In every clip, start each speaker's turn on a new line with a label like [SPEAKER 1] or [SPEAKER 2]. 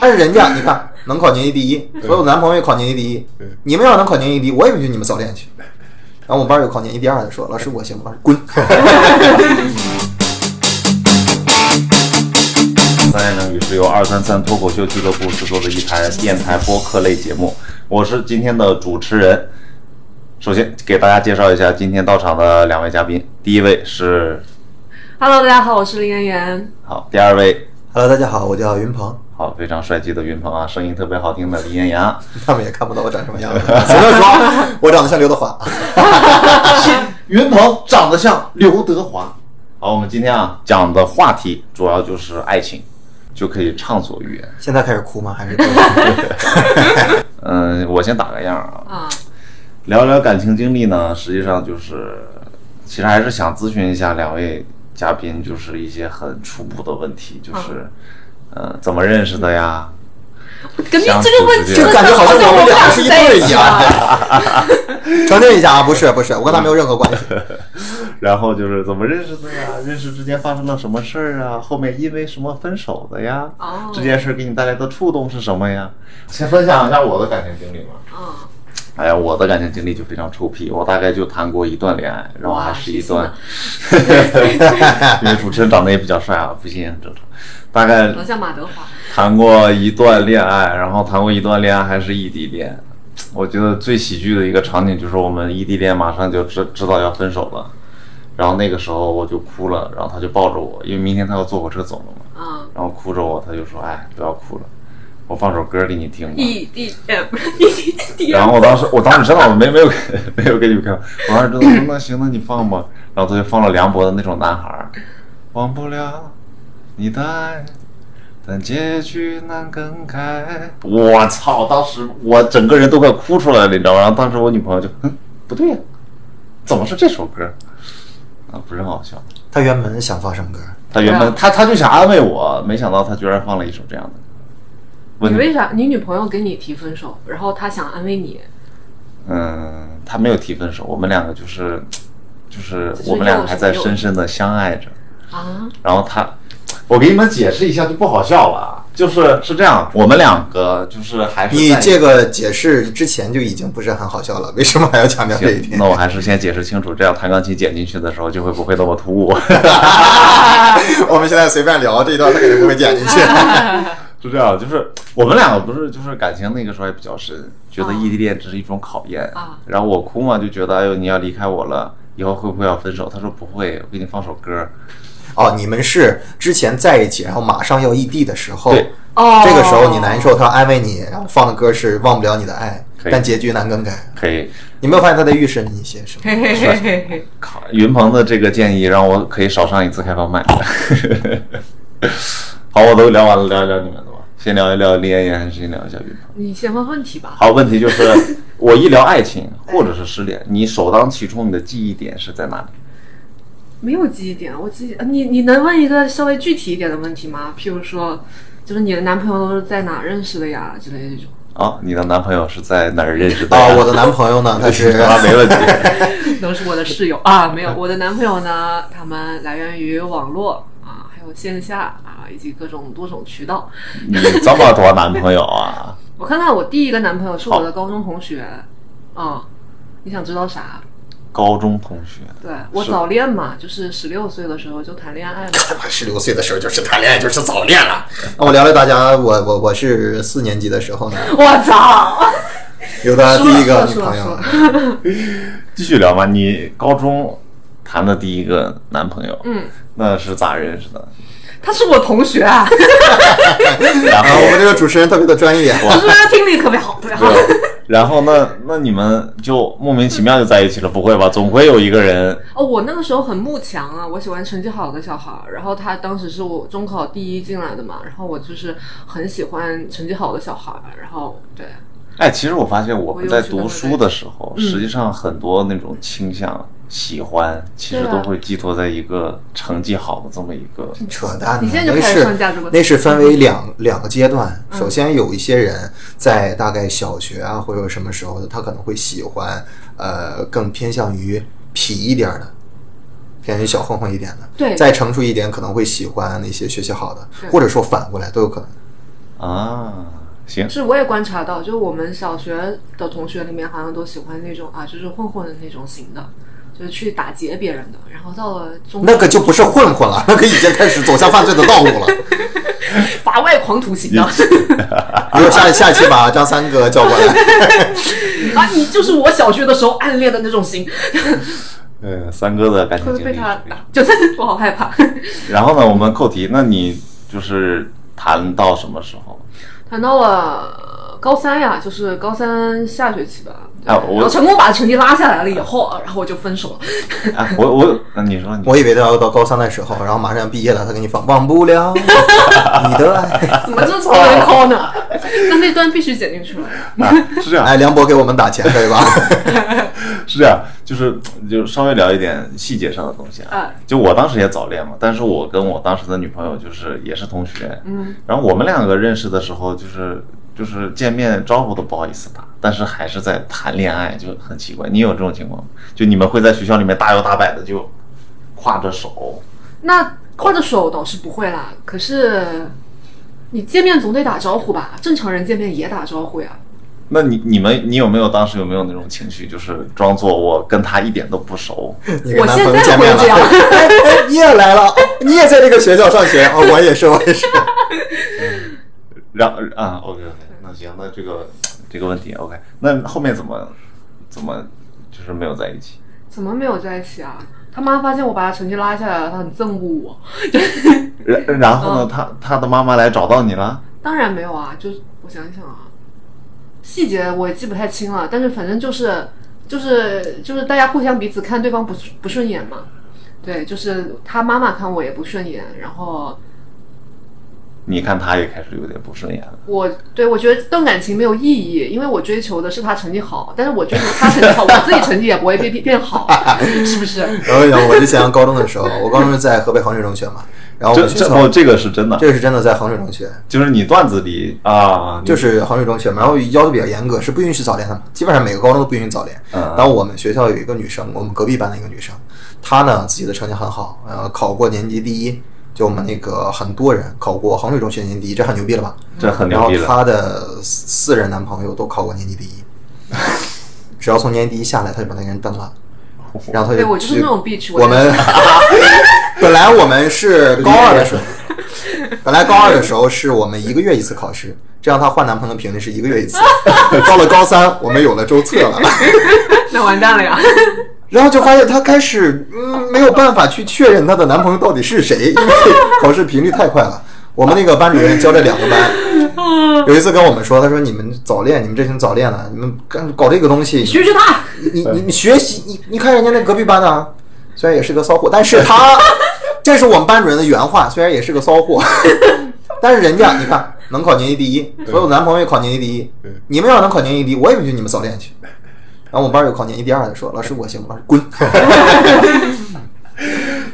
[SPEAKER 1] 但是人家你看能考年级第一，所有男朋友也考年级第一
[SPEAKER 2] 对，
[SPEAKER 1] 你们要能考年级第一，我也允许你们早恋去。然后我们班有考年级第二的说：“老师我行吗？”老师滚。
[SPEAKER 3] 三言两语是由二三三脱口秀俱乐部制作的一台电台播客类节目，我是今天的主持人。首先给大家介绍一下今天到场的两位嘉宾，第一位是
[SPEAKER 4] Hello，大家好，我是林媛媛。
[SPEAKER 3] 好，第二位
[SPEAKER 1] Hello，大家好，我叫云鹏，
[SPEAKER 3] 好，非常帅气的云鹏啊，声音特别好听的林岩阳。
[SPEAKER 1] 他们也看不到我长什么样子，随便说，我长得像刘德华。
[SPEAKER 2] 云鹏长得像刘德华，
[SPEAKER 3] 好，我们今天啊讲的话题主要就是爱情，就可以畅所欲言。
[SPEAKER 1] 现在开始哭吗？还是
[SPEAKER 3] 嗯，我先打个样啊，
[SPEAKER 4] 啊，
[SPEAKER 3] 聊聊感情经历呢，实际上就是，其实还是想咨询一下两位嘉宾，就是一些很初步的问题，就是，呃，怎么认识的呀？
[SPEAKER 4] 感觉这个问题
[SPEAKER 3] 这
[SPEAKER 1] 感觉好像我们俩是一对一样
[SPEAKER 4] 样。
[SPEAKER 1] 澄清一下啊？不是，不是，我跟他没有任何关系。
[SPEAKER 3] 然后就是怎么认识的呀？认识之间发生了什么事儿啊？后面因为什么分手的呀？
[SPEAKER 4] 哦
[SPEAKER 3] 这件事给你带来的触动是什么呀？先分享一下我的感情经历吧。
[SPEAKER 4] 嗯，
[SPEAKER 3] 哎呀，我的感情经历就非常臭屁，我大概就谈过一段恋爱，然后还是一段， 因为主持人长得也比较帅啊，不信也很正常。大概
[SPEAKER 4] 长得像马德华。
[SPEAKER 3] 谈过一段恋爱，然后谈过一段恋爱还是异地恋。我觉得最喜剧的一个场景就是我们异地恋马上就知知道要分手了，然后那个时候我就哭了，然后他就抱着我，因为明天他要坐火车走了嘛，
[SPEAKER 4] 嗯
[SPEAKER 3] 然后哭着我，他就说：“哎，不要哭了，我放首歌给你听吧。”
[SPEAKER 4] ，E D 呃 不是 E D D，
[SPEAKER 3] 然后我当时，我当时真的我没没有没有给你们 看，我当时真的说那行，那你放吧。然后他就放了梁博的那种男孩儿，忘不了你的爱，但结局难更改。我操！当时我整个人都快哭出来了，你知道吗？然后当时我女朋友就， 嗯，不对呀、怎么是这首歌？啊，不是很好笑。
[SPEAKER 1] 他原本想放什么歌？
[SPEAKER 3] 他原
[SPEAKER 4] 对
[SPEAKER 3] 本
[SPEAKER 4] 啊
[SPEAKER 3] 他他就想安慰我，没想到他居然放了一首这样的。问
[SPEAKER 4] 你为啥你女朋友跟你提分手，然后她想安慰你，
[SPEAKER 3] 嗯，他没有提分手，我们两个就是，就是
[SPEAKER 4] 就是
[SPEAKER 3] 我们两个还在
[SPEAKER 4] 又是又
[SPEAKER 3] 深深的相爱着。
[SPEAKER 4] 啊，
[SPEAKER 3] 然后他，我给你们解释一下就不好笑了啊，就是是这样，我们两个就是还是
[SPEAKER 1] 你
[SPEAKER 3] 在
[SPEAKER 1] 这个解释之前就已经不是很好笑了，为什么还要强调这一
[SPEAKER 3] 行，
[SPEAKER 1] 点
[SPEAKER 3] 那？我还是先解释清楚，这样弹钢琴剪进去的时候就会不会那么突兀。
[SPEAKER 1] 我们现在随便聊这一段，他肯定不会剪进去。
[SPEAKER 3] 是这样，就是我们两个不是就是感情那个时候还比较深，觉得
[SPEAKER 4] 啊
[SPEAKER 3] 异地恋只是一种考验。
[SPEAKER 4] 啊
[SPEAKER 3] 然后我哭嘛，就觉得哎呦你要离开我了，以后会不会要分手？他说不会，我给你放首歌。
[SPEAKER 1] 哦，你们是之前在一起，然后马上要异地的时候，
[SPEAKER 3] 对
[SPEAKER 4] 哦
[SPEAKER 1] 这个时候你难受，他安慰你，然后放的歌是《忘不了你的爱》，
[SPEAKER 3] 可以
[SPEAKER 1] 但结局难更改。
[SPEAKER 3] 可以，
[SPEAKER 1] 你没有发现他在预示你一些什么？
[SPEAKER 4] 嘿嘿嘿嘿嘿，
[SPEAKER 3] 靠，云鹏的这个建议让我可以少上一次开放麦。 好，我都聊完了，聊一聊你们的吧。先聊一聊李妍妍，还是先聊一下云鹏？
[SPEAKER 4] 你先问问题吧。
[SPEAKER 3] 好，问题就是我一聊爱情或者是失恋，你首当其冲你的记忆点是在哪里？
[SPEAKER 4] 没有记忆点，我记忆，呃你你能问一个稍微具体一点的问题吗？譬如说，就是你的男朋友都是在哪认识的呀之类的这种。
[SPEAKER 3] 啊，你的男朋友是在哪儿认识的呀？
[SPEAKER 1] 啊，我的男朋友呢？他是
[SPEAKER 3] 啊，没问题。
[SPEAKER 4] 都是我的室友啊，没有我的男朋友呢，他们来源于网络啊，还有线下啊，以及各种多种渠道。
[SPEAKER 3] 你这么多男朋友啊？
[SPEAKER 4] 我看看我第一个男朋友是我的高中同学，啊，你想知道啥？
[SPEAKER 3] 高中同学，
[SPEAKER 4] 对我
[SPEAKER 3] 是
[SPEAKER 4] 早恋嘛，就是十六岁的时候就谈恋爱嘛。
[SPEAKER 1] 十六岁的时候就是谈恋爱，就是早恋了。那我聊聊大家，我我我是四年级的时候呢，
[SPEAKER 4] 我操！
[SPEAKER 1] 有他第一个女
[SPEAKER 4] 说了
[SPEAKER 1] 朋
[SPEAKER 4] 说
[SPEAKER 1] 友
[SPEAKER 4] 了，
[SPEAKER 3] 继续聊吧。你高中谈的第一个男朋友，
[SPEAKER 4] 嗯，
[SPEAKER 3] 那是咋认识的？
[SPEAKER 4] 他是我同学啊，
[SPEAKER 3] 然
[SPEAKER 1] 啊，
[SPEAKER 3] 后
[SPEAKER 1] 我们这个主持人特别的专业。啊
[SPEAKER 4] 就是听力特别好，特别好。
[SPEAKER 3] 对， 然后那那你们就莫名其妙就在一起了，不会吧？总会有一个人
[SPEAKER 4] 哦，我那个时候很慕强啊，我喜欢成绩好的小孩儿。然后他当时是我中考第一进来的嘛，然后我就是很喜欢成绩好的小孩儿。然后对，
[SPEAKER 3] 哎，其实我发现我
[SPEAKER 4] 我
[SPEAKER 3] 们
[SPEAKER 4] 又
[SPEAKER 3] 在
[SPEAKER 4] 是那
[SPEAKER 3] 读
[SPEAKER 4] 么
[SPEAKER 3] 书
[SPEAKER 4] 类
[SPEAKER 3] 的时候，
[SPEAKER 4] 嗯
[SPEAKER 3] 实际上很多那种倾向、喜欢，其实
[SPEAKER 4] 对啊
[SPEAKER 3] 都会寄托在一个成绩好的这么一个。
[SPEAKER 1] 扯淡呢！
[SPEAKER 4] 你现在就
[SPEAKER 1] 那
[SPEAKER 4] 开始
[SPEAKER 1] 是
[SPEAKER 4] 上价值观嗯
[SPEAKER 1] 那是分为两两个阶段。首先有一些人在大概小学啊或者什么时候，他可能会喜欢呃更偏向于痞一点儿的，偏于小混混一点的。
[SPEAKER 4] 对
[SPEAKER 1] 再成熟一点可能会喜欢那些学习好的，
[SPEAKER 4] 对
[SPEAKER 1] 或者说反过来都有可能。
[SPEAKER 3] 啊，行，
[SPEAKER 4] 是我也观察到，就是我们小学的同学里面好像都喜欢那种啊，就是混混的那种型的，就是去打劫别人的。然后到了中
[SPEAKER 1] 那个就不是混混了， 那个已经开始走向犯罪的道路了。
[SPEAKER 4] 法外狂徒型的
[SPEAKER 1] 比如下下一期把张三哥叫过来，
[SPEAKER 4] 啊，你就是我小学的时候暗恋的那种型，
[SPEAKER 3] 呃，三哥的感
[SPEAKER 4] 会
[SPEAKER 3] 情
[SPEAKER 4] 不会
[SPEAKER 3] 经
[SPEAKER 4] 被
[SPEAKER 3] 历。
[SPEAKER 4] 他打？就是我好害怕。
[SPEAKER 3] 然后呢，我们扣题，那你就是谈到什么时候？
[SPEAKER 4] 谈到了高三呀，就是高三下学期吧。
[SPEAKER 3] 啊
[SPEAKER 4] 对
[SPEAKER 3] 我
[SPEAKER 4] 然后成功把成绩拉下来了以后，然后我就分手了。
[SPEAKER 3] 啊，我我，那你说你
[SPEAKER 1] 我以为他要到高三的时候，然后马上要毕业了，他给你放忘不了你的爱。
[SPEAKER 4] 怎么这么长人抠呢？ 那那段必须剪进去了。
[SPEAKER 3] 啊，是 这样，
[SPEAKER 1] 哎，梁博给我们打钱可以吧？
[SPEAKER 3] 是这样，就是就稍微聊一点细节上的东西啊
[SPEAKER 4] 啊。
[SPEAKER 3] 就我当时也早恋嘛，但是我跟我当时的女朋友就是也是同学，嗯，然后我们两个认识的时候就是就是见面招呼都不好意思打，但是还是在谈恋爱，就很奇怪。你有这种情况吗？就你们会在学校里面大摇大摆的就挎着手，
[SPEAKER 4] 那挎着手倒是不会啦，可是你见面总得打招呼吧？正常人见面也打招呼呀。
[SPEAKER 3] 那你你们你有没有当时有没有那种情绪，就是装作我跟他一点都不熟？
[SPEAKER 1] 你跟
[SPEAKER 4] 我
[SPEAKER 1] 男
[SPEAKER 4] 现
[SPEAKER 1] 朋友
[SPEAKER 4] 在
[SPEAKER 1] 见面
[SPEAKER 4] 会这
[SPEAKER 1] 了
[SPEAKER 4] 样，
[SPEAKER 1] 哎哎 你也来了，你也在这个学校上学啊、我也是，我 也是。
[SPEAKER 3] 然啊，OK OK，那行，那这个这个问题 OK，那后面怎么怎么就是没有在一起？
[SPEAKER 4] 怎么没有在一起啊？他妈发现我把他成绩拉下来了，他很憎恶我。
[SPEAKER 3] 然然后呢，他他的妈妈来找到你了，
[SPEAKER 4] 当然没有啊，就是我想想啊，细节我也记不太清了，但是反正就是就是就是大家互相彼此看对方不不顺眼嘛。对，就是他妈妈看我也不顺眼，然后
[SPEAKER 3] 你看他也开始有点不顺眼了。
[SPEAKER 4] 我对我觉得这段感情没有意义，因为我追求的是他成绩好，但是我追求他成绩好，我自己成绩也不会变变变好， 是不是？
[SPEAKER 1] 然后讲，我之前高中的时候，我高中是在河北衡水中学嘛，然后我
[SPEAKER 3] 这
[SPEAKER 1] 们学
[SPEAKER 3] 这
[SPEAKER 1] 校
[SPEAKER 3] 哦，这个是真的，
[SPEAKER 1] 这个是真的在衡水中学，
[SPEAKER 3] 就是你段子里啊，你
[SPEAKER 1] 就是衡水中学嘛，然后要求比较严格，是不允许早恋的嘛，基本上每个高中都不允许早恋。
[SPEAKER 3] 嗯
[SPEAKER 1] 然后我们学校有一个女生，我们隔壁班的一个女生，她呢自己的成绩很好，呃，考过年级第一，就我们那个很多人考过衡水中学年级第一，这很牛逼了吧？
[SPEAKER 3] 这很
[SPEAKER 1] 然
[SPEAKER 3] 牛
[SPEAKER 1] 后
[SPEAKER 3] 逼了。
[SPEAKER 1] 她的四任男朋友都考过年级第一，只要从年级第一下来，她就把那个人蹬了。然后她就
[SPEAKER 4] 对我就是
[SPEAKER 1] 去
[SPEAKER 4] 那种 bitch，我
[SPEAKER 1] 我们 本来我们是高二的时候，本来高二的时候是我们一个月一次考试，这样她换男朋友的频率是一个月一次。到了高三，我们有了周测了，
[SPEAKER 4] 那完蛋了呀！
[SPEAKER 1] 然后就发现她开始嗯没有办法去确认她的男朋友到底是谁，因为考试频率太快了。我们那个班主任教这两个班，有一次跟我们说，他说你们早恋，你们这群早恋啊的，你们干搞这个东西，
[SPEAKER 4] 学学他，
[SPEAKER 1] 你你你学习，你你看人家那隔壁班的、啊，虽然也是个骚货，但是他，这是我们班主任的原话，虽然也是个骚货， 但是人家你看能考年级第一，所有男朋友也考年级第一，你们要能考年级第一，我也允许你们早恋去。然后我们班有考年级第二的说，老师我行吗？老师滚。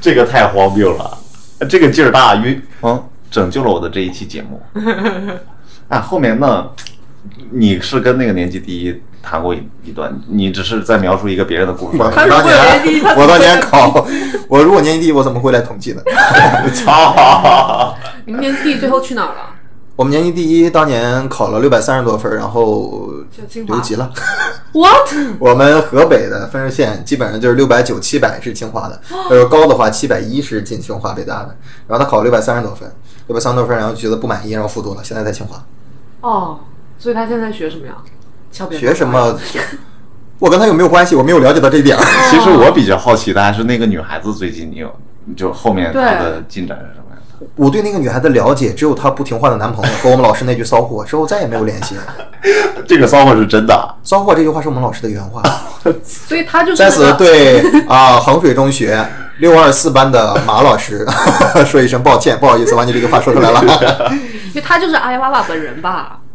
[SPEAKER 3] 这个太荒谬了，这个劲儿大晕，嗯，拯救了我的这一期节目。 啊，后面呢，你是跟那个年级第一谈过一一段，你只是在描述一个别人的故事。
[SPEAKER 1] 我
[SPEAKER 4] 他如
[SPEAKER 1] 当
[SPEAKER 4] 果年级第
[SPEAKER 1] 年
[SPEAKER 4] 一他
[SPEAKER 1] 我当年考，我如果年级第一，我怎么会来统计呢？
[SPEAKER 3] 操！
[SPEAKER 4] 你们年级第一最后去哪儿了？
[SPEAKER 1] 我们年级第一当年考了六百三十多分，然后
[SPEAKER 4] 就清华
[SPEAKER 1] 留级了。
[SPEAKER 4] What？
[SPEAKER 1] 我们河北的分数线基本上就是六百九、七百是清华的，
[SPEAKER 4] 哦
[SPEAKER 1] 就是高的话七百一是进清华北大的。然后他考六百三十多分，六百三十多分，然后觉得不满意，然后复读了，现在在清华
[SPEAKER 4] 哦，所以他现在学什么呀？敲别人
[SPEAKER 1] 学什？么？我跟他有没有关系？我没有了解到这一点儿。
[SPEAKER 4] 哦
[SPEAKER 3] 其实我比较好奇的还是那个女孩子最近你有，就后面她
[SPEAKER 4] 对
[SPEAKER 3] 的进展是什么样的？
[SPEAKER 1] 我对那个女孩的了解只有她不听话的男朋友和我们老师那句“骚货”，之后再也没有联系了。
[SPEAKER 3] 这个骚货是真的，啊
[SPEAKER 1] “骚货”这句话是我们老师的原话。
[SPEAKER 4] 所以 他就是
[SPEAKER 1] 在
[SPEAKER 4] 那
[SPEAKER 1] 此
[SPEAKER 4] 个
[SPEAKER 1] 对啊、衡水中学六二四班的马老师 说一声抱歉，不好意思，把你这个话说出来了。
[SPEAKER 4] 因为他就是阿里巴巴本人吧。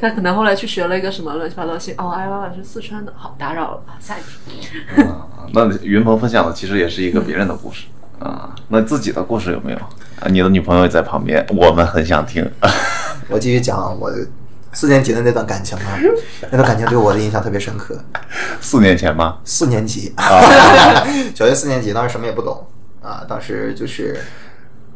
[SPEAKER 4] 他可能后来去学了一个什么乱七八糟的戏哦，阿里巴巴是四川的，好打扰了，好下一题。
[SPEAKER 3] 啊那云鹏分享的其实也是一个别人的故事啊。那自己的故事有没有？啊，你的女朋友也在旁边，我们很想听。
[SPEAKER 1] 我继续讲我四年级的那段感情啊，那段感情对我的印象特别深刻。
[SPEAKER 3] 四年前吗？
[SPEAKER 1] 四年级，
[SPEAKER 3] 啊
[SPEAKER 1] 小学四年级，当时什么也不懂啊，当时就是，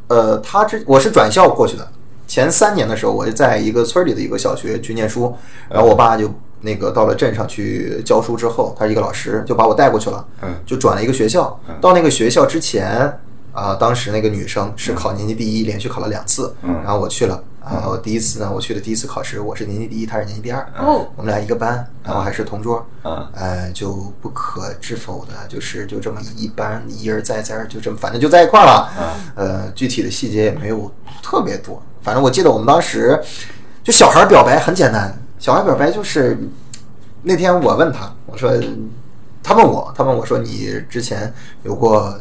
[SPEAKER 1] 呃，他之我是转校过去的，前三年的时候，我是在一个村里的一个小学去念书，然后我爸就那个到了镇上去教书之后，他是一个老师，就把我带过去了，
[SPEAKER 3] 嗯
[SPEAKER 1] 就转了一个学校。到那个学校之前，啊、当时那个女生是考年级第一，连续考了两次，
[SPEAKER 3] 嗯
[SPEAKER 1] 然后我去了，啊，我第一次呢，我去的第一次考试，我是年级第一，她是年级第二，
[SPEAKER 4] 哦，
[SPEAKER 1] 我们俩一个班，然后还是同桌，
[SPEAKER 3] 啊
[SPEAKER 1] 呃，就不可置否的，就是就这么一般一而再再而就这么，反正就在一块儿了。呃，具体的细节也没有特别多，反正我记得我们当时就小孩儿表白很简单，小孩儿表白就是那天我问他，我说他问我，他问我说你之前有过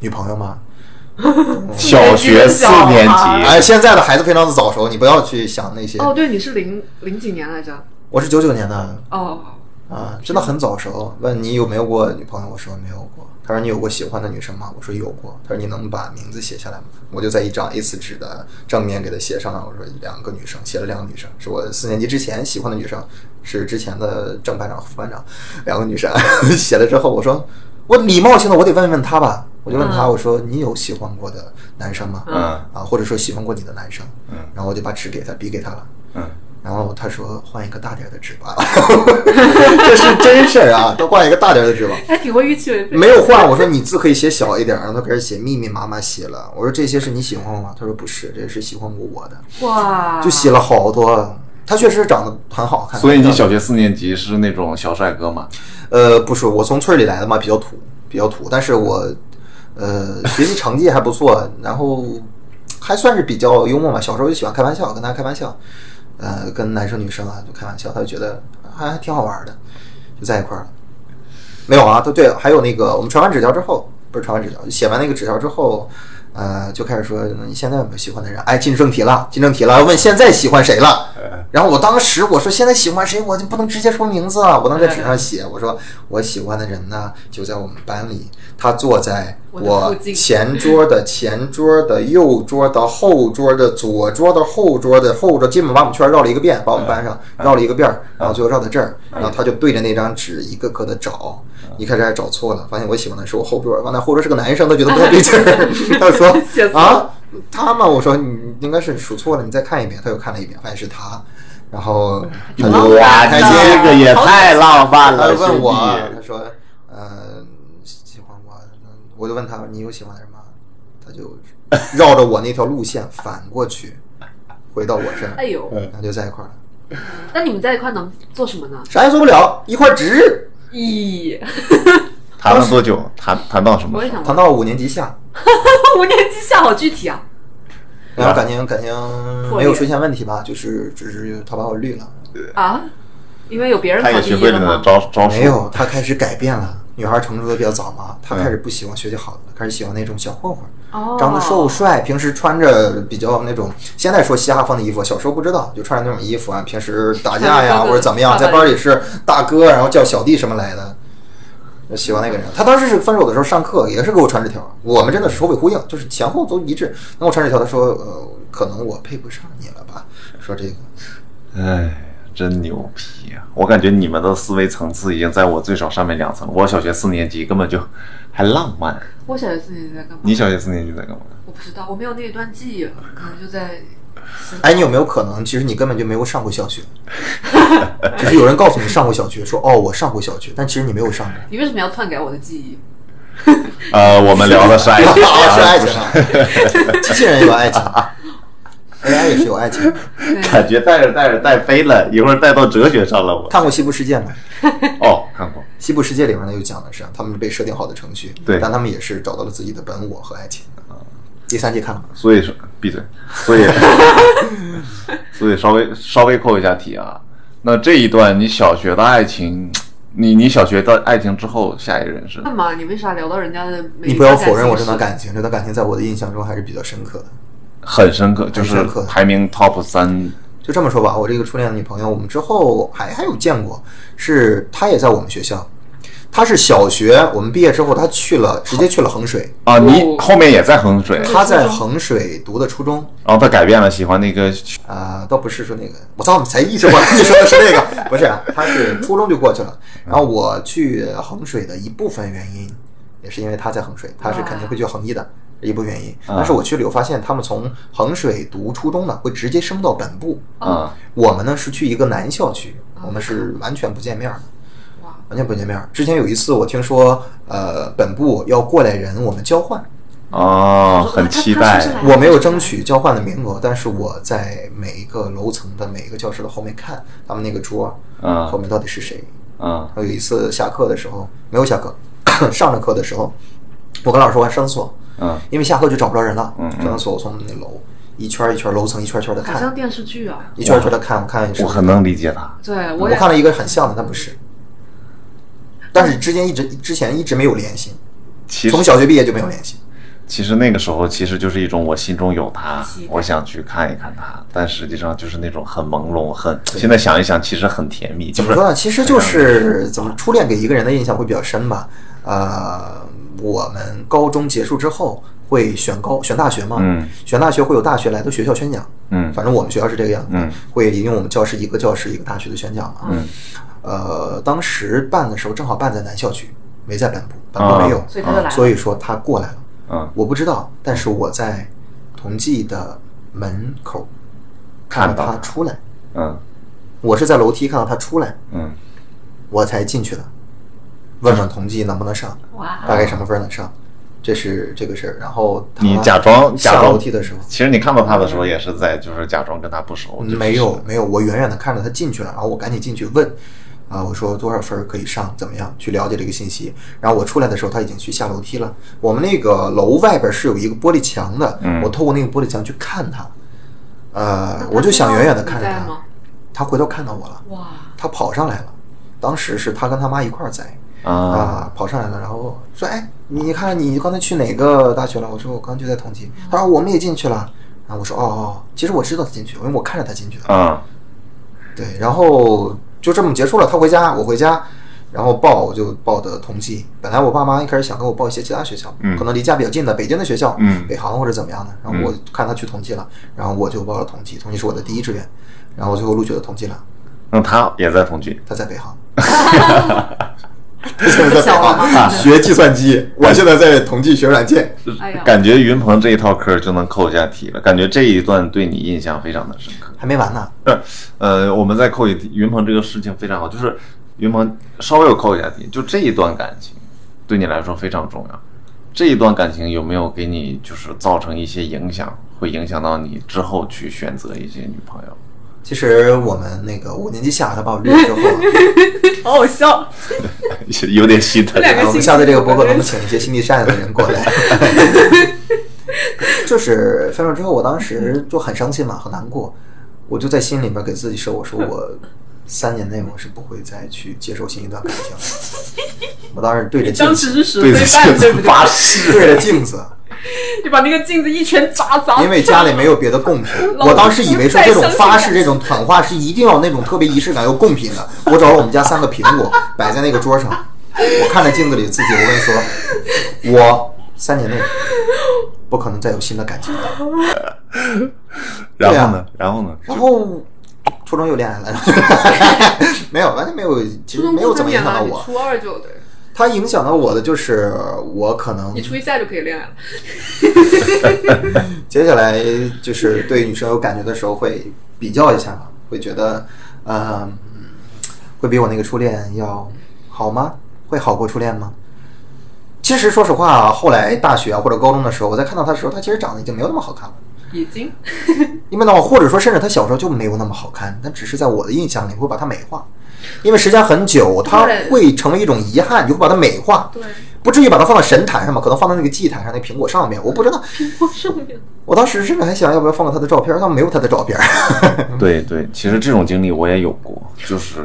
[SPEAKER 1] 女朋友吗？
[SPEAKER 3] 小学四年级
[SPEAKER 1] 哎，现在的孩子非常的早熟，你不要去想那些。
[SPEAKER 4] 哦，对，你是零零几年来着？
[SPEAKER 1] 我是九九年的，
[SPEAKER 4] 哦，
[SPEAKER 3] 嗯
[SPEAKER 1] 啊，真的很早熟。问你有没有过女朋友，我说没有过。他说你有过喜欢的女生吗？我说有过。他说你能把名字写下来吗？我就在一张 A4 纸的正面给他写上了，我说两个女生，写了两个女生，是我四年级之前喜欢的女生，是之前的正班长、副班长，两个女生。 写了之后，我说我礼貌性的我得问问他吧，我就问他，我说你有喜欢过的男生吗？
[SPEAKER 3] 嗯
[SPEAKER 1] 啊，或者说喜欢过你的男生？
[SPEAKER 3] 嗯
[SPEAKER 1] 然后我就把纸给他，笔给他了。
[SPEAKER 3] 嗯
[SPEAKER 1] 然后他说换一个大点儿的纸吧， 这是真事儿啊，他换一个大点儿的纸吧。
[SPEAKER 4] 还挺会预期违背。
[SPEAKER 1] 没有换，我说你字可以写小一点儿，然后他开始写密密麻麻写了。我说这些是你喜欢我吗？他说不是，这是喜欢过我的，
[SPEAKER 4] 哇，
[SPEAKER 1] 就写了好多。他确实长得很好看，
[SPEAKER 3] 啊所以你小学四年级是那种小帅哥嘛？
[SPEAKER 1] 呃不是我从村里来的嘛，比较土，比较土，但是我呃学习成绩还不错，然后还算是比较幽默嘛。小时候就喜欢开玩笑，跟大家开玩笑，呃，跟男生女生啊就开玩笑，他就觉得还还挺好玩的，就在一块儿了。没有啊，都对，还有那个我们传完纸条之后，不是传完纸条，写完那个纸条之后，呃，就开始说嗯你现在有没有喜欢的人？哎，进正题了，进正题了，问现在喜欢谁了？然后我当时我说现在喜欢谁，我就不能直接说名字啊，我能在纸上写，我说我喜欢的人呢就在我们班里，他坐在
[SPEAKER 4] 我的
[SPEAKER 1] 我
[SPEAKER 4] 附近
[SPEAKER 1] 前桌的前桌的右桌的后桌的左桌的后桌的后桌，基本把我们圈绕了一个遍，把我们班上
[SPEAKER 3] 嗯
[SPEAKER 1] 绕了一个遍儿，然后最后绕到这儿，然后他就对着那张纸一个个的找，
[SPEAKER 3] 嗯
[SPEAKER 1] 一开始还找错了，发现我喜欢的是我后桌，完了后桌是个男生，他觉得不太对劲儿，他就
[SPEAKER 4] 写
[SPEAKER 1] 说
[SPEAKER 4] 错
[SPEAKER 1] 啊他嘛，我说你应该是数错了，你再看一遍，他又看了一遍，发现是他，然后他就
[SPEAKER 3] 嗯哇，
[SPEAKER 1] 开心
[SPEAKER 3] 这个也太浪漫
[SPEAKER 1] 他
[SPEAKER 3] 了，
[SPEAKER 1] 就问我，
[SPEAKER 3] 兄
[SPEAKER 1] 他说，呃，喜欢我，嗯我就问他，你有喜欢的人吗？他就绕着我那条路线反过去，回到我这儿，
[SPEAKER 4] 哎呦，
[SPEAKER 1] 然后就在一块儿了，嗯
[SPEAKER 4] 那你们在一块能做什么呢？
[SPEAKER 1] 啥也做不了，一块儿直
[SPEAKER 4] 咦，
[SPEAKER 3] 弟谈了多久？谈谈到什么
[SPEAKER 4] 我
[SPEAKER 3] 时
[SPEAKER 4] 也
[SPEAKER 3] 候？
[SPEAKER 4] 想
[SPEAKER 1] 谈
[SPEAKER 4] 问，
[SPEAKER 1] 到五年级下，
[SPEAKER 4] 五年级下好具体啊。
[SPEAKER 1] 然后感情感情
[SPEAKER 4] 破裂
[SPEAKER 1] 没有出现问题吧，就是只是他把我绿了，
[SPEAKER 4] 啊，因为有别人
[SPEAKER 3] 他
[SPEAKER 4] 考
[SPEAKER 3] 也
[SPEAKER 4] 第
[SPEAKER 3] 学
[SPEAKER 4] 一
[SPEAKER 3] 会了
[SPEAKER 4] 了
[SPEAKER 3] 你的
[SPEAKER 4] 吗？
[SPEAKER 3] 招招数，
[SPEAKER 1] 没有，他开始改变了。女孩成熟的比较早嘛，她开始不喜欢学习好的，开始喜欢那种小混混，
[SPEAKER 4] 哦，
[SPEAKER 1] 长得瘦帅，平时穿着比较那种现在说嘻哈风的衣服，小时候不知道，就穿着那种衣服啊，平时打架呀
[SPEAKER 4] 穿着哥哥
[SPEAKER 1] 或者怎么样，
[SPEAKER 4] 爸爸
[SPEAKER 1] 在班里是大哥，然后叫小弟什么来的，就喜欢那个人。他当时是分手的时候上课也是给我传纸条，我们真的是首尾呼应，就是前后都一致。那我传纸条，他说呃，可能我配不上你了吧，说这个。
[SPEAKER 3] 哎，真牛批啊！我感觉你们的思维层次已经在我最少上面两层了。我小学四年级根本就还浪漫，
[SPEAKER 4] 我小学四年级在干嘛？
[SPEAKER 3] 你小学四年级在干嘛？
[SPEAKER 4] 我不知道，我没有那一段记忆，可能就在
[SPEAKER 1] 哎，你有没有可能，其实你根本就没有上过小学， 只是有人告诉你上过小学，说哦我上过小学，但其实你没有上过。
[SPEAKER 4] 你为什么要篡改我的记 忆？
[SPEAKER 3] 呃，我们聊的是爱情，
[SPEAKER 1] 啊，是爱情啊，机器人也有爱情，AI 也是有爱情 的。
[SPEAKER 3] 感觉带着带着带飞了，一会儿带到哲学上了我。
[SPEAKER 1] 看过《西部世界》吗？
[SPEAKER 3] 哦，看过，
[SPEAKER 1] 《西部世界》里面呢，就讲的是他们被设定好的程序，
[SPEAKER 3] 对
[SPEAKER 1] 但他们也是找到了自己的本我和爱情。啊第三季看了吗？
[SPEAKER 3] 所以说闭嘴，所以 所以稍微稍微扣一下题啊。那这一段你小学的爱情，你你小学的爱情之后，下一任是
[SPEAKER 4] 干嘛？你为啥聊到人家的美？
[SPEAKER 1] 你不要否认我这段感情，这段感情在我的印象中还是比较深刻的。
[SPEAKER 3] 很深刻，就是
[SPEAKER 1] 很深刻
[SPEAKER 3] 排名 top 三
[SPEAKER 1] 就这么说吧，我这个初恋的女朋友，我们之后还还有见过，是她也在我们学校，她是小学，我们毕业之后她去了，直接去了衡水，
[SPEAKER 3] 啊。你
[SPEAKER 4] 哦
[SPEAKER 3] 后面也在衡水，
[SPEAKER 1] 她在衡水读的初中，
[SPEAKER 3] 然后他改变了，喜欢那个
[SPEAKER 1] 啊，倒不是说那个，我操，才意识过来 你说的是那个，不是啊，他是初中就过去了。然后我去衡水的一部分原因，也是因为他在衡水，他是肯定会去衡一的，一部原因。
[SPEAKER 3] 啊
[SPEAKER 1] 但是我去旅游发现，他们从衡水读初中的会直接升到本部，
[SPEAKER 4] 哦
[SPEAKER 3] 啊，
[SPEAKER 1] 我们呢是去一个南校区，
[SPEAKER 4] 啊
[SPEAKER 1] 我们是完全不见面儿的。
[SPEAKER 4] 哇，
[SPEAKER 1] 完全不见面儿。之前有一次，我听说，呃，本部要过来人，我们交换，
[SPEAKER 3] 哦，很期
[SPEAKER 4] 他他
[SPEAKER 3] 待
[SPEAKER 4] 是不是来
[SPEAKER 1] 我没有争取交换的名额，但是我在每一个楼层的每一个教室的后面看他们那个桌，
[SPEAKER 3] 嗯
[SPEAKER 1] 后面到底是谁。
[SPEAKER 3] 啊
[SPEAKER 1] 有一次下课的时候，没有下课， 上着课的时候，我跟老师说我要上厕所，
[SPEAKER 3] 嗯
[SPEAKER 1] 因为下课就找不着人了
[SPEAKER 3] 嗯。嗯
[SPEAKER 1] 上厕所，我从那楼一圈儿一圈儿楼层一圈儿一圈的
[SPEAKER 4] 好像
[SPEAKER 1] 看，
[SPEAKER 4] 电视剧啊。
[SPEAKER 1] 一圈儿一圈的看，我看是
[SPEAKER 3] 我很能理解他。
[SPEAKER 4] 对，
[SPEAKER 1] 我
[SPEAKER 4] 也
[SPEAKER 1] 看了一个很像的，但不是。但是之间一直之前一直没有联系，
[SPEAKER 3] 其
[SPEAKER 1] 从
[SPEAKER 3] 实
[SPEAKER 1] 小学毕业就没有联系。
[SPEAKER 3] 其实那个时候其实就是一种我心中有他
[SPEAKER 4] 期，待
[SPEAKER 3] 我想去看一看他，但实际上就是那种很朦胧，很现在想一想其实很甜蜜，就
[SPEAKER 1] 怎
[SPEAKER 3] 是
[SPEAKER 1] 么说呢？其实就是怎么初恋给一个人的印象会比较深吧。呃，我们高中结束之后会选高选大学嘛，
[SPEAKER 3] 嗯
[SPEAKER 1] 选大学会有大学来的学校宣讲，
[SPEAKER 3] 嗯
[SPEAKER 1] 反正我们学校是这个样子，
[SPEAKER 3] 嗯
[SPEAKER 1] 会引用我们教室一个教室一个大学的宣讲嘛。
[SPEAKER 4] 嗯
[SPEAKER 1] 呃，当时办的时候正好办在南校区，没在本部，本部没有，
[SPEAKER 4] 所以他就来了
[SPEAKER 1] 啊所以说他过来了。
[SPEAKER 3] 嗯
[SPEAKER 1] 我不知道，但是我在同济的门口看
[SPEAKER 3] 看到
[SPEAKER 1] 到他
[SPEAKER 3] 他
[SPEAKER 1] 出来，
[SPEAKER 3] 嗯
[SPEAKER 1] 我是在楼梯看到他出来，
[SPEAKER 3] 嗯
[SPEAKER 1] 我才进去的，问问同济能不能上，
[SPEAKER 4] 哇，
[SPEAKER 1] 大概什么分能上，这是这个事儿。然后他
[SPEAKER 3] 你假装假
[SPEAKER 1] 下
[SPEAKER 3] 装
[SPEAKER 1] 楼梯的时候，
[SPEAKER 3] 其实你看到他的时候也是在就是假装跟他不熟，就是
[SPEAKER 1] 没有没有，我远远的看着他进去了，然后我赶紧进去问，啊，我说多少分儿可以上，怎么样去了解这个信息。然后我出来的时候，他已经去下楼梯了。我们那个楼外边是有一个玻璃墙的，
[SPEAKER 3] 嗯
[SPEAKER 1] 我透过那个玻璃墙去看他，
[SPEAKER 4] 那
[SPEAKER 1] 呃
[SPEAKER 4] 他，
[SPEAKER 1] 我就想远远的看着
[SPEAKER 4] 知道你在
[SPEAKER 1] 他
[SPEAKER 4] 吗，
[SPEAKER 1] 他回头看到我了，
[SPEAKER 4] 哇，
[SPEAKER 1] 他跑上来了，当时是他跟他妈一块儿在。
[SPEAKER 3] 啊
[SPEAKER 1] 啊，跑上来了，然后说：“哎，你看你刚才去哪个大学了？”我说：“我刚就在同济。”他说：“我们也进去了。”然后我说：“哦哦，其实我知道他进去，因为我看着他进去的。
[SPEAKER 3] 啊”
[SPEAKER 1] 对，然后就这么结束了。他回家，我回家，然后报我就报的同济。本来我爸妈一开始想给我报一些其他学校，
[SPEAKER 3] 嗯
[SPEAKER 1] 可能离家比较近的北京的学校，
[SPEAKER 3] 嗯
[SPEAKER 1] 北航或者怎么样的。然后我看他去同济了，然后我就报了同济，同济是我的第一志愿，然后最后录取了同济了。
[SPEAKER 3] 那他也在同居，
[SPEAKER 1] 他在北 航，他现在在北
[SPEAKER 4] 小了
[SPEAKER 1] 航啊
[SPEAKER 4] 吗
[SPEAKER 1] 学计算机，我现在在同济学软件。
[SPEAKER 4] 哎呀，
[SPEAKER 3] 感觉云鹏这一套嗑就能扣下题了。感觉这一段对你印象非常的深刻。
[SPEAKER 1] 还没完呢，
[SPEAKER 3] 呃，我们再扣一题，云鹏这个事情非常好，就是云鹏稍微有扣一下题，就这一段感情对你来说非常重要。这一段感情有没有给你就是造成一些影响，会影响到你之后去选择一些女朋友？
[SPEAKER 1] 其实我们那个五年级下，他把我绿 了之后，哎
[SPEAKER 4] 好好笑，
[SPEAKER 3] 有点心疼。
[SPEAKER 4] 两
[SPEAKER 1] 然
[SPEAKER 4] 个
[SPEAKER 1] 后我们下次这个播客能不能请一些心地善良的人过 来？ 就是分手之后，我当时就很伤心嘛，很难过，我就在心里面给自己设，我说我三年内我是不会再去接受新一段感情了。我当时对着镜
[SPEAKER 4] 当时
[SPEAKER 1] 子，
[SPEAKER 4] 是十
[SPEAKER 3] 对
[SPEAKER 4] 岁半，对不
[SPEAKER 3] 着镜
[SPEAKER 4] 对？
[SPEAKER 3] 子发誓，
[SPEAKER 1] 对 着镜子。
[SPEAKER 4] 你把那个镜子一拳砸砸，
[SPEAKER 1] 因为家里没有别的贡品，
[SPEAKER 4] 老
[SPEAKER 1] 我当时以为说这种发
[SPEAKER 4] 再相信
[SPEAKER 1] 誓、这种喊话是一定要那种特别仪式感、有贡品的。我找了我们家三个苹果摆在那个桌上，我看着镜子里自己，我跟你说，我三年内不可能再有新的感情了。
[SPEAKER 3] 然后呢？然后呢？
[SPEAKER 1] 然后初中又恋爱了，没有，完全没有，其
[SPEAKER 4] 初
[SPEAKER 1] 实
[SPEAKER 4] 中
[SPEAKER 1] 没有
[SPEAKER 4] 过
[SPEAKER 1] 怎
[SPEAKER 4] 三
[SPEAKER 1] 么
[SPEAKER 4] 年
[SPEAKER 1] 影响
[SPEAKER 4] 了，
[SPEAKER 1] 到
[SPEAKER 4] 你
[SPEAKER 1] 我。嗯
[SPEAKER 4] 初二就对，
[SPEAKER 1] 它影响到我的就是我可能
[SPEAKER 4] 你初一下就可以恋爱了。
[SPEAKER 1] 接下来就是对女生有感觉的时候，会比较一下吧，会觉得，呃嗯，会比我那个初恋要好吗？会好过初恋吗？其实说实话，后来大学啊或者高中的时候，我在看到她的时候，她其实长得已经没有那么好看了。
[SPEAKER 4] 已经，
[SPEAKER 1] 因为呢，或者说甚至她小时候就没有那么好看，但只是在我的印象里会把她美化，因为时间很久，她
[SPEAKER 4] 对
[SPEAKER 1] 会成为一种遗憾，你就会把她美化，
[SPEAKER 4] 对，
[SPEAKER 1] 不至于把它放到神坛上嘛，可能放到那个祭坛上，那苹果上面，我不知道。
[SPEAKER 4] 我上面
[SPEAKER 1] 我当时甚至还想要不要放个他的照片，但没有他的照片。
[SPEAKER 3] 对对，其实这种经历我也有过，就是，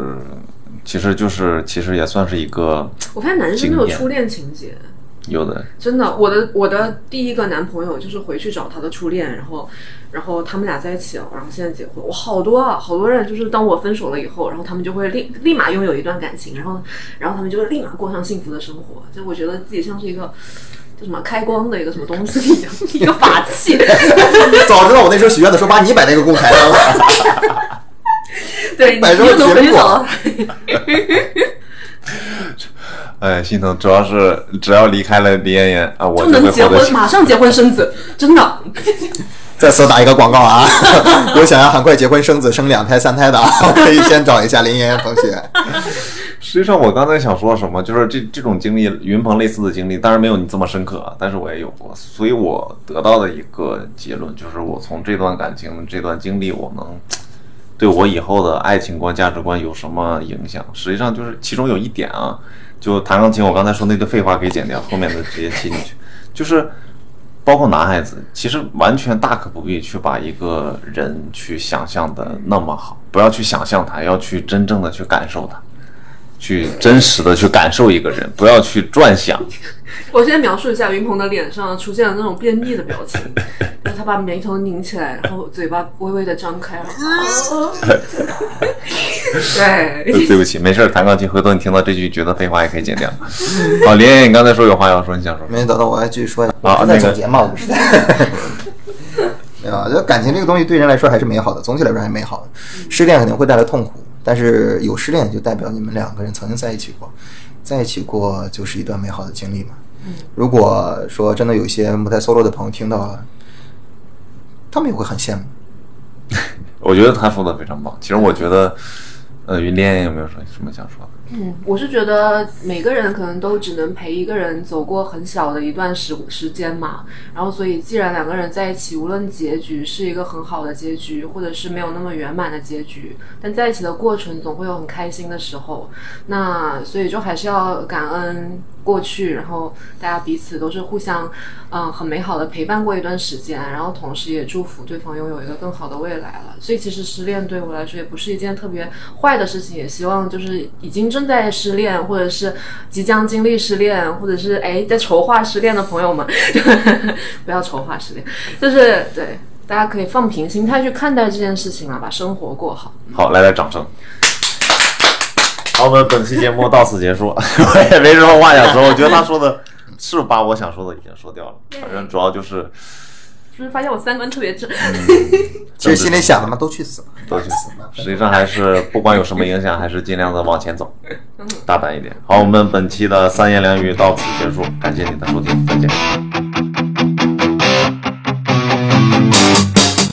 [SPEAKER 3] 其实就是，其实也算是一个
[SPEAKER 4] 我发现男生都有初恋情节，
[SPEAKER 3] 有的
[SPEAKER 4] 真的，我的我的第一个男朋友就是回去找他的初恋，然后，然后他们俩在一起了，然后现在结婚。我好多啊，好多人就是当我分手了以后，然后他们就会立立马拥有一段感情，然后，然后他们就会立马过上幸福的生活。就我觉得自己像是一个叫什么开光的一个什么东西一样，一个法 器。
[SPEAKER 1] 早知道我那时候许愿的时候，把你摆在一个供台上了。
[SPEAKER 4] 对，你
[SPEAKER 1] 摆
[SPEAKER 4] 你
[SPEAKER 1] 成了
[SPEAKER 4] 就能回去
[SPEAKER 1] 苹果
[SPEAKER 4] 找到他。
[SPEAKER 3] 哎，心疼，主要是只要离开了李妍妍啊，我
[SPEAKER 4] 就
[SPEAKER 3] 会
[SPEAKER 4] 能结
[SPEAKER 3] 活得
[SPEAKER 4] 婚，
[SPEAKER 3] 幸
[SPEAKER 4] 马上结婚生子，真的。
[SPEAKER 1] 再次打一个广告啊！ 有想要很快结婚生子、生两胎、三胎的，啊， 可以先找一下林妍妍同学。
[SPEAKER 3] 实际上，我刚才想说什么，就是这这种经历，云鹏类似的经历，当然没有你这么深刻啊，但是我也有过，所以我得到的一个结论就是，我从这段感情、这段经历，我能对我以后的爱情观、价值观有什么影响？实际上，就是其中有一点啊，就弹钢琴，我刚才说那堆废话可以剪掉，后面的直接切进去，就是。包括男孩子，其实完全大可不必去把一个人去想象的那么好，不要去想象他，要去真正的去感受他。去真实的去感受一个人，不要去转想。
[SPEAKER 4] 我先描述一下云鹏的脸上出现了那种便秘的表情，然后他把眉头拧起来，然后嘴巴微微的张开，然后啊对，
[SPEAKER 3] 呃对不起，没事儿，弹钢琴。回头你听到这句觉得废话也可以剪掉。好，林妍，你刚才说有话要说，你想说什么？
[SPEAKER 1] 没，等等，我要继续说一下。
[SPEAKER 3] 啊
[SPEAKER 1] 我是在
[SPEAKER 3] 那个
[SPEAKER 1] 总结嘛，我不 是在。没有啊，就感情这个东西对人来说还是美好的，总体来说还是美好的。失恋肯定会带来痛苦，但是有失恋就代表你们两个人曾经在一起过，在一起过就是一段美好的经历嘛。如果说真的有一些母胎 solo 的朋友听到了，他们也会很羡慕。
[SPEAKER 3] 我觉得他说的非常棒。其实我觉得，呃，林妍有没有说什么想说的？
[SPEAKER 4] 嗯，我是觉得每个人可能都只能陪一个人走过很小的一段时时间嘛，然后所以既然两个人在一起，无论结局是一个很好的结局，或者是没有那么圆满的结局，但在一起的过程总会有很开心的时候，那所以就还是要感恩过去，然后大家彼此都是互相，嗯、很美好的陪伴过一段时间，然后同时也祝福对方拥有一个更好的未来了。所以其实失恋对我来说也不是一件特别坏的事情，也希望就是已经正在失恋，或者是即将经历失恋，或者是哎在筹划失恋的朋友们， 不要筹划失恋，就是对。大家可以放平心态去看待这件事情啊，把生活过好。
[SPEAKER 3] 好，来点掌声。好，我们本期节目到此结束。我也没什么话想说，我觉得他说的是把我想说的已经说掉了。反正主要就是
[SPEAKER 4] 就是发现我三观特别正，
[SPEAKER 1] 其实心里想的嘛，都去死吧，
[SPEAKER 3] 都去死。实际上还是不管有什么影响，还是尽量的往前走，大胆一点。好，我们本期的三言两语到此结束，感谢你的收听，再见。